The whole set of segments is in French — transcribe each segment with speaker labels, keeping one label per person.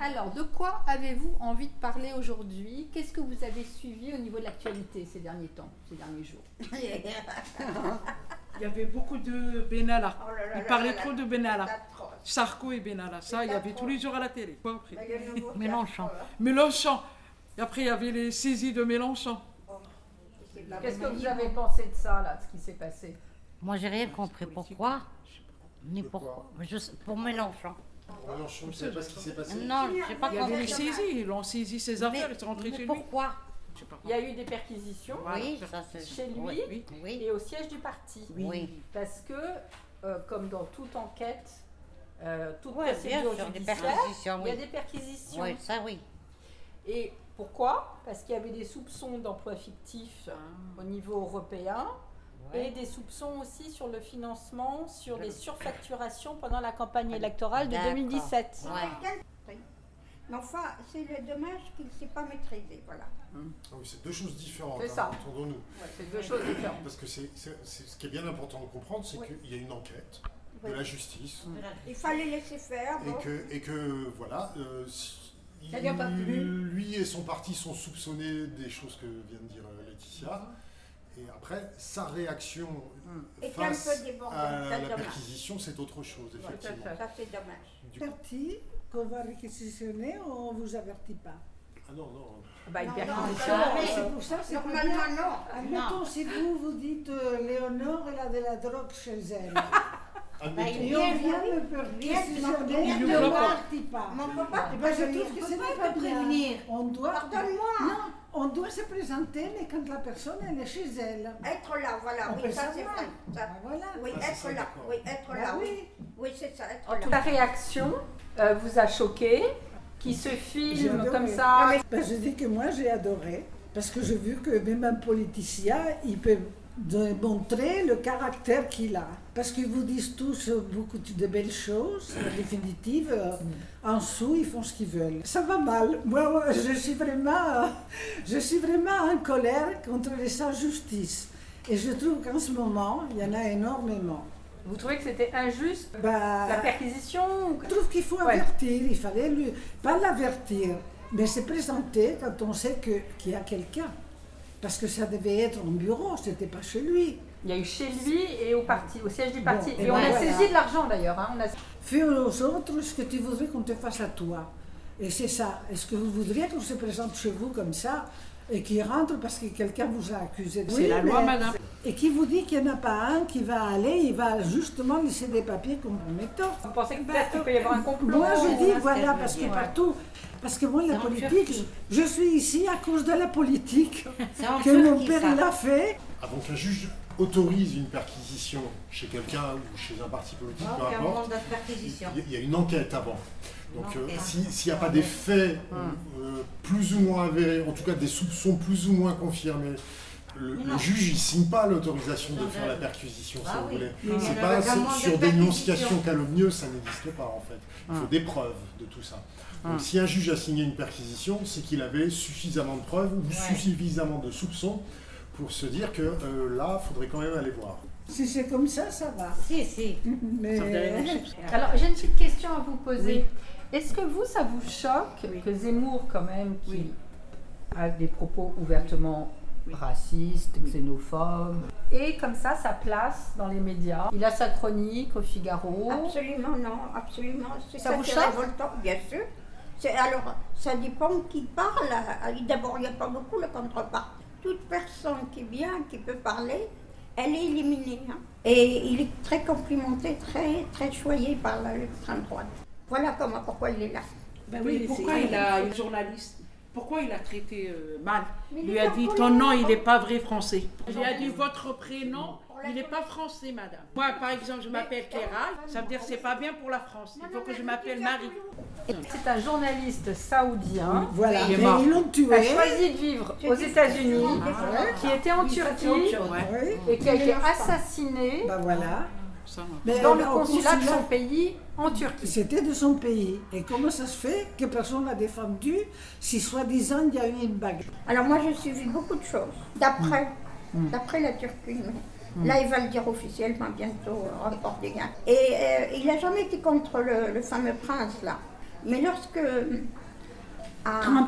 Speaker 1: Alors, de quoi avez-vous envie de parler aujourd'hui Qu'est-ce que vous avez suivi au niveau de l'actualité ces derniers temps, ces derniers jours
Speaker 2: Il y avait beaucoup de Benalla.
Speaker 3: Oh là là
Speaker 2: Il
Speaker 3: là
Speaker 2: parlait
Speaker 3: là
Speaker 2: trop
Speaker 3: là.
Speaker 2: de Benalla.
Speaker 3: L'atroce.
Speaker 2: Sarko et Benalla, ça, il y avait tous les jours à la télé. Quoi après
Speaker 3: Mais le nouveau
Speaker 2: Mélenchon.
Speaker 3: cadre,
Speaker 2: Mélenchon. Et après, il y avait les saisies de Mélenchon.
Speaker 3: c'est pas
Speaker 1: Qu'est-ce que
Speaker 3: bon.
Speaker 1: vous avez pensé de ça, là, de ce qui s'est passé
Speaker 4: Moi, j'ai rien compris. Pourquoi Ni pourquoi. Je sais- pour Mélenchon.
Speaker 5: Mélenchon, Ah je ne sais pas ce qui s'est passé.
Speaker 4: Non, je sais pas
Speaker 2: Il y avait les
Speaker 4: compris.
Speaker 2: saisies. Ils l'ont saisi ses
Speaker 4: Mais-
Speaker 2: affaires. Ils sont rentrés
Speaker 4: mais
Speaker 2: chez lui.
Speaker 4: pourquoi
Speaker 2: Je sais pas.
Speaker 1: Il y a eu des perquisitions
Speaker 2: Voilà.
Speaker 4: Oui, ça c'est.
Speaker 1: chez lui
Speaker 4: Oui.
Speaker 2: Oui.
Speaker 4: oui.
Speaker 1: et au siège du parti.
Speaker 4: Oui.
Speaker 1: Parce que, euh, comme dans toute enquête, euh, toute
Speaker 4: Ouais, bien
Speaker 1: procédure
Speaker 4: sûr, des
Speaker 1: judiciaire,
Speaker 4: perquisitions,
Speaker 1: il y
Speaker 4: oui.
Speaker 1: a des perquisitions.
Speaker 4: Oui, ça oui.
Speaker 1: Et pourquoi Parce qu'il y avait des soupçons d'emploi fictif
Speaker 6: Ah.
Speaker 1: au niveau européen et des soupçons aussi sur le financement, sur des surfacturations pendant la campagne électorale de
Speaker 4: D'accord.
Speaker 1: 2017.
Speaker 4: Ouais.
Speaker 3: Quel- Mais enfin, c'est le dommage qu'il ne s'est pas maîtrisé, voilà.
Speaker 5: Ah oui, c'est deux choses différentes, hein,
Speaker 1: C'est ça.
Speaker 5: entendons-nous.
Speaker 1: C'est deux choses différentes.
Speaker 5: Parce que c'est, c'est- c'est- ce qui est bien important de comprendre, c'est
Speaker 3: Oui.
Speaker 5: qu'il y a une enquête
Speaker 3: Oui.
Speaker 5: de la justice
Speaker 3: Il fallait laisser faire, bon.
Speaker 5: et que, et que voilà, euh, si-
Speaker 1: Ça Ah vient pas plus.
Speaker 5: lui et son parti sont soupçonnés des choses que vient de dire euh, Laetitia.
Speaker 1: Mhm.
Speaker 5: Et après, sa réaction
Speaker 3: Est un
Speaker 5: face
Speaker 3: peu débordante,
Speaker 5: à
Speaker 3: c'est
Speaker 5: la
Speaker 3: dommage.
Speaker 5: perquisition, c'est autre chose,
Speaker 1: à
Speaker 5: effectivement.
Speaker 1: fait.
Speaker 3: Ça, c'est dommage.
Speaker 5: Du coup-
Speaker 6: averti qu'on va réquisitionner, on vous avertit pas.
Speaker 5: ah non, non.
Speaker 1: Bah, une
Speaker 3: Non,
Speaker 1: perquisition,
Speaker 3: non,
Speaker 6: Alors,
Speaker 3: Ah, mais-
Speaker 6: c'est pour ça, c'est pas
Speaker 3: Normalement,
Speaker 6: bien.
Speaker 3: non.
Speaker 6: Admettons, si vous, vous dites euh, Léonore, elle a de la drogue chez elle.
Speaker 1: Bah,
Speaker 5: Admettons.
Speaker 6: Et on vient de réquisitionner,
Speaker 3: Il
Speaker 6: on
Speaker 3: nous
Speaker 6: ne
Speaker 2: bloque.
Speaker 6: l'avertit pas.
Speaker 3: Mais on ne peut pas
Speaker 6: Eh
Speaker 3: te
Speaker 6: ben, je
Speaker 3: prévenir.
Speaker 6: trouve que
Speaker 3: On
Speaker 6: ce
Speaker 3: peut
Speaker 6: n'est
Speaker 3: pas
Speaker 6: pas
Speaker 3: te
Speaker 6: bien.
Speaker 3: prévenir.
Speaker 6: On doit,
Speaker 3: Pardonne-moi.
Speaker 6: non, on doit se présenter, mais quand la personne elle est chez elle.
Speaker 3: Être là, voilà,
Speaker 6: On
Speaker 3: oui,
Speaker 6: peut
Speaker 3: ça c'est
Speaker 6: savoir.
Speaker 3: vrai. Ça-
Speaker 6: Ah, voilà.
Speaker 3: Oui,
Speaker 5: Ah, c'est
Speaker 3: être
Speaker 5: ça,
Speaker 3: là,
Speaker 5: d'accord.
Speaker 3: oui, être
Speaker 6: Bah
Speaker 3: là, oui.
Speaker 6: oui.
Speaker 3: Oui, c'est ça, être
Speaker 1: En tout
Speaker 3: là.
Speaker 1: cas, la réaction euh, vous a choqué, qui se
Speaker 6: J'ai
Speaker 1: filme
Speaker 6: adoré.
Speaker 1: comme ça.
Speaker 6: Ben, je dis que moi j'ai adoré, parce que j'ai vu que même un politicien, il peut de- montrer le caractère qu'il a. Parce qu'ils vous disent tous euh, beaucoup de belles choses,
Speaker 1: Mm.
Speaker 6: en définitive, euh, en dessous, ils font ce qu'ils veulent. Ça va mal. Moi, moi, je suis vraiment, euh, je suis vraiment en colère contre les injustices. Et je trouve qu'en ce moment, il y en a énormément.
Speaker 1: Vous trouvez que c'était injuste
Speaker 6: Bah,
Speaker 1: la perquisition ou-
Speaker 6: je trouve qu'il faut
Speaker 1: Ouais.
Speaker 6: avertir, il fallait lui, pas l'avertir, mais se présenter quand on sait que- qu'il y a quelqu'un. Parce que ça devait être en bureau, c'était pas chez lui.
Speaker 1: Il y a eu chez lui et au parti, au siège du parti.
Speaker 6: Bon,
Speaker 1: et
Speaker 6: et
Speaker 1: on
Speaker 6: ben
Speaker 1: a
Speaker 6: voilà.
Speaker 1: saisi de l'argent d'ailleurs. hein, on a-
Speaker 6: Fais aux autres ce que tu voudrais qu'on te fasse à toi. Et c'est ça. Est-ce que vous voudriez qu'on se présente chez vous comme ça et qu'il rentre parce que quelqu'un vous a accusé de
Speaker 2: C'est la loi, madame.
Speaker 6: Et qui vous dit qu'il n'y en a pas un qui va aller, il va justement laisser des papiers compromettants.
Speaker 1: Vous pensez que peut-être qu'il peut y avoir un complot
Speaker 6: Bah, euh, Moi, je dis,
Speaker 4: ce qu'elle
Speaker 6: voilà,
Speaker 4: veut
Speaker 6: parce que
Speaker 4: dire.
Speaker 6: partout, parce que moi, la
Speaker 4: C'est en
Speaker 6: politique,
Speaker 4: Turquie.
Speaker 6: je suis ici à cause de la politique
Speaker 4: C'est en
Speaker 6: que mon
Speaker 4: Turquie,
Speaker 6: père
Speaker 4: ça.
Speaker 6: l'a fait.
Speaker 5: Avant qu'un juge autorise une perquisition chez quelqu'un ou chez un parti politique,
Speaker 1: Ah,
Speaker 5: peu
Speaker 4: un
Speaker 5: importe,
Speaker 4: monde de perquisition.
Speaker 5: il y a- il y a une enquête avant. Donc euh,
Speaker 4: Une enquête. Hum.
Speaker 5: si- s'il n'y a pas des faits euh, plus ou moins avérés, en tout cas des soupçons plus ou moins confirmés, le, le juge il signe pas l'autorisation de faire la perquisition, si
Speaker 4: Ah
Speaker 5: vous
Speaker 4: oui.
Speaker 5: voulez.
Speaker 4: Mais il y
Speaker 5: C'est
Speaker 4: a
Speaker 5: pas
Speaker 4: le
Speaker 5: c'est-
Speaker 4: règlement de
Speaker 5: sur
Speaker 4: perquisition. Hum.
Speaker 5: dénonciation calomnieuse, ça n'existe pas en fait. Il faut des preuves de tout ça. Donc si un juge a signé une perquisition, c'est qu'il avait suffisamment de preuves ou suffisamment de soupçons pour se dire que euh, là, faudrait quand même aller voir.
Speaker 6: Si c'est comme ça, ça va.
Speaker 4: Si, si.
Speaker 6: Mais
Speaker 1: Alors, j'ai une petite question à vous poser. Est-ce que vous, ça vous choque que Zemmour, quand même, qui a des propos ouvertement racistes, xénophobes, et comme ça sa place dans les médias Il a sa chronique au Figaro.
Speaker 3: Absolument non, absolument. C'est
Speaker 1: Ça
Speaker 3: ça,
Speaker 1: vous
Speaker 3: qui est
Speaker 1: choque
Speaker 3: révoltant, bien sûr. C'est- Alors, ça dépend qui parle. Ah, D'abord, il n'y a pas beaucoup le contrepartie. Toute personne qui vient, qui peut parler, elle est éliminée. hein. Et il est très complimenté, très, très choyé par la- l'extrême droite. Voilà comment, pourquoi il est là.
Speaker 1: bah
Speaker 2: Ben oui, pourquoi
Speaker 3: c'est-
Speaker 2: il a une journaliste Pourquoi il a traité euh, mal
Speaker 3: Mais
Speaker 2: Il lui
Speaker 3: il
Speaker 2: a
Speaker 3: est
Speaker 2: dit
Speaker 3: pas
Speaker 2: ton
Speaker 3: polonais,
Speaker 2: nom, il
Speaker 3: hein.
Speaker 2: n'est pas vrai français. Il lui a dit votre prénom, il n'est pas français, madame. Moi, par exemple, je m'appelle Clara, ça veut dire que c'est pas bien pour la France. Il faut que je m'appelle Marie.
Speaker 1: C'est un journaliste saoudien.
Speaker 6: voilà,
Speaker 2: Il est
Speaker 6: mais
Speaker 2: mort.
Speaker 6: ils l'ont
Speaker 1: qui a
Speaker 6: tué.
Speaker 1: choisi de vivre aux États-Unis, qui était en Turquie
Speaker 2: Ouais,
Speaker 6: Oui,
Speaker 1: et qui a été assassiné
Speaker 6: ben voilà.
Speaker 2: ça.
Speaker 6: Mais euh,
Speaker 1: dans le
Speaker 6: au
Speaker 1: consulat de
Speaker 6: consulat,
Speaker 1: son pays en Turquie.
Speaker 6: C'était de son pays. Et comment ça se fait que personne l'a défendu si soi-disant il y a eu une bagarre
Speaker 3: Alors moi, j'ai suivi beaucoup de choses. D'après, d'après la Turquie. mais Là, il va le dire officiellement bientôt, euh, rapport des gains. Et euh, il n'a jamais été contre le, le fameux prince, là. Mais lorsque a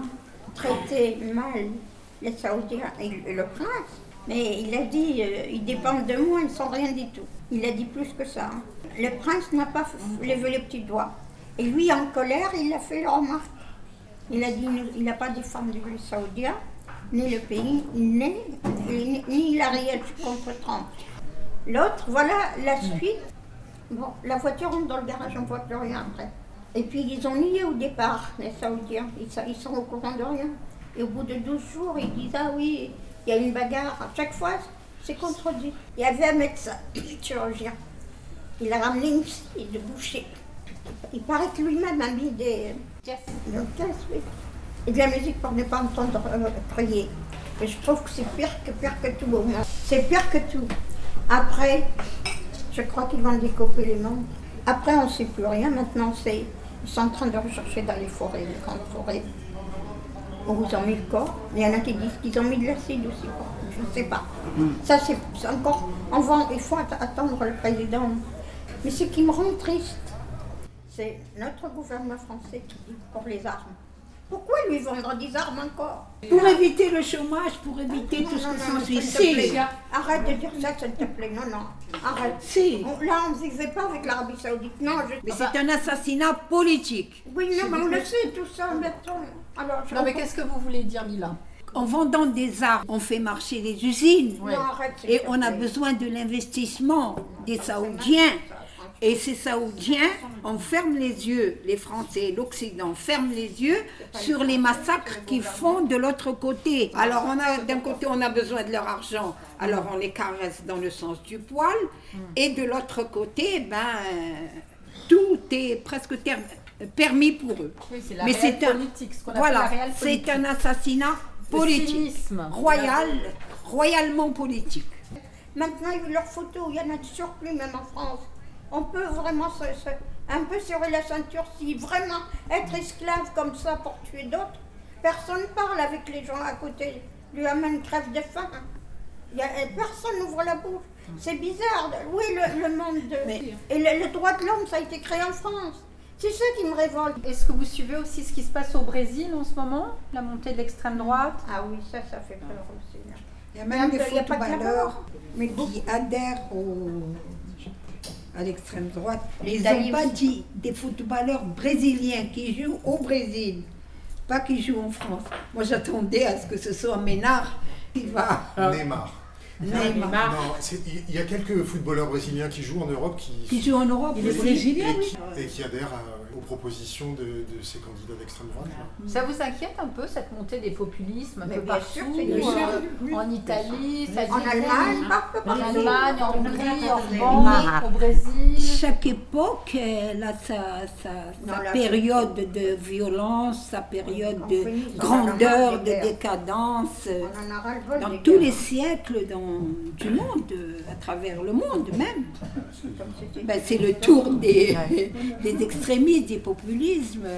Speaker 3: traité mal les Saoudiens et le prince, mais il a dit euh, ils dépendent de moi, ils ne sont rien du tout. Il a dit plus que ça. hein. Le prince n'a pas f- levé les petits doigts. Et lui, en colère, il a fait la remarque. Il a dit il n'a pas défendu les Saoudiens, ni le pays, ni, ni, ni l'Ariel contre Trump. L'autre, voilà la suite. Bon, la voiture rentre dans le garage, on ne voit plus rien après. Et puis ils ont nié au départ, les Saoudiens. Ils, sa- ils sont au courant de rien. Et au bout de 12 jours, ils disent Ah oui, il y a une bagarre. À chaque fois, c'est contredit. Il y avait un médecin, chirurgien. Il a ramené une scie de boucher. Il paraît que lui-même a mis des pièces, des pièces, oui. Et de la musique pour ne pas entendre euh, crier. Et je trouve que c'est pire que pire que tout au moins. C'est pire que tout. Après, je crois qu'ils vont découper les membres. Après, on ne sait plus rien. Maintenant, c'est, ils sont en train de rechercher dans les forêts, les grandes forêts, où ils ont mis le corps. Il y en a qui disent qu'ils ont mis de l'acide aussi. quoi. Je ne sais pas. Ça, c'est c'est encore. On va, il faut att- attendre le président. Mais ce qui me rend triste, c'est notre gouvernement français qui dit pour les armes. Pourquoi lui vendre des armes encore
Speaker 7: Pour éviter le chômage, pour éviter
Speaker 3: Non,
Speaker 7: tout ce
Speaker 3: non,
Speaker 7: qui
Speaker 3: non,
Speaker 7: s'ensuit.
Speaker 3: s'il te plaît.
Speaker 7: Si,
Speaker 3: Arrête de dire ça, s'il te plaît. Non, non. Arrête.
Speaker 7: si.
Speaker 3: On- là, on ne vivait pas avec l'Arabie Saoudite. Non, je... Ah,
Speaker 7: Mais c'est un assassinat politique.
Speaker 3: Oui, non, mais on le sait, tout ça, mais attends. Alors, je
Speaker 1: Non, mais
Speaker 3: comprends-
Speaker 1: qu'est-ce que vous voulez dire, Lila
Speaker 7: En vendant des armes, on fait marcher les usines.
Speaker 3: Non, arrête, s'il
Speaker 7: Et
Speaker 3: te
Speaker 7: on a
Speaker 3: plaît.
Speaker 7: besoin de l'investissement des Saoudiens. Et ces Saoudiens, on ferme les yeux, les Français, l'Occident ferme les yeux sur les massacres qu'ils font de l'autre côté. Alors on a d'un côté on a besoin de leur argent, alors on les caresse dans le sens du poil,
Speaker 1: Hmm.
Speaker 7: et de l'autre côté, ben euh, tout est presque ter- permis pour eux.
Speaker 1: Oui, c'est la
Speaker 7: Mais
Speaker 1: réelle
Speaker 7: c'est un-
Speaker 1: politique, ce qu'on appelle
Speaker 7: voilà,
Speaker 1: la réelle
Speaker 7: c'est
Speaker 1: politique.
Speaker 7: un assassinat
Speaker 1: Le
Speaker 7: politique,
Speaker 1: cynisme.
Speaker 7: royal, royalement politique.
Speaker 3: Maintenant, ils- leurs photos, il y en a du surplus, même en France. On peut vraiment se, se- un peu serrer la ceinture si vraiment être esclave comme ça pour tuer d'autres. Personne parle avec les gens à côté. Lui amène crève de faim. Il y a- et personne n'ouvre la bouche. C'est bizarre. Oui, le, le monde de- Et le, le droit de l'homme, ça a été créé en France. C'est ça qui me révolte.
Speaker 1: Est-ce que vous suivez aussi ce qui se passe au Brésil en ce moment La montée de l'extrême droite
Speaker 3: Ah oui, ça, ça fait peur aussi. là.
Speaker 8: Il y a
Speaker 3: Mais
Speaker 8: même des
Speaker 3: il y a pas que
Speaker 8: footballeurs
Speaker 3: là-bas.
Speaker 8: mais qui adhèrent au, à l'extrême droite.
Speaker 3: Les
Speaker 8: Ils
Speaker 3: Italiens
Speaker 8: n'ont pas
Speaker 3: aussi.
Speaker 8: dit des footballeurs brésiliens qui jouent au Brésil, pas qui jouent en France. Moi, j'attendais à ce que ce soit Ménard qui va.
Speaker 5: Neymar.
Speaker 8: Neymar.
Speaker 5: Non, c'est- il il y a quelques footballeurs brésiliens qui jouent en Europe
Speaker 8: Qui joue en Europe.
Speaker 6: Il est
Speaker 8: aussi.
Speaker 6: brésilien,
Speaker 5: et,
Speaker 6: oui.
Speaker 5: qui, et qui adhèrent à- aux propositions de, de ces candidats d'extrême droite. là.
Speaker 1: Ça vous inquiète un peu cette montée des populismes un
Speaker 3: Mais
Speaker 1: peu
Speaker 3: bien
Speaker 1: partout
Speaker 3: sûr, c'est
Speaker 1: euh,
Speaker 3: sûr.
Speaker 1: En Italie, ça
Speaker 3: En
Speaker 1: dit-
Speaker 3: Allemagne, partout,
Speaker 1: en
Speaker 3: partout.
Speaker 1: Allemagne, en Hongrie, en
Speaker 7: Neymar.
Speaker 1: Banque, au Brésil.
Speaker 7: Chaque époque, euh, elle a sa, sa-
Speaker 3: Non,
Speaker 7: sa
Speaker 3: là,
Speaker 7: période de violence, sa période
Speaker 3: On
Speaker 7: de
Speaker 3: finit sur la
Speaker 7: grandeur,
Speaker 3: marque
Speaker 7: de
Speaker 3: des guerres.
Speaker 7: décadence, euh,
Speaker 3: On en a ras-le-bol
Speaker 7: dans
Speaker 3: des
Speaker 7: tous
Speaker 3: guerres.
Speaker 7: les siècles dans, du monde, euh, à travers le monde même. Ben, C'est le tour des, des extrémistes, des populismes.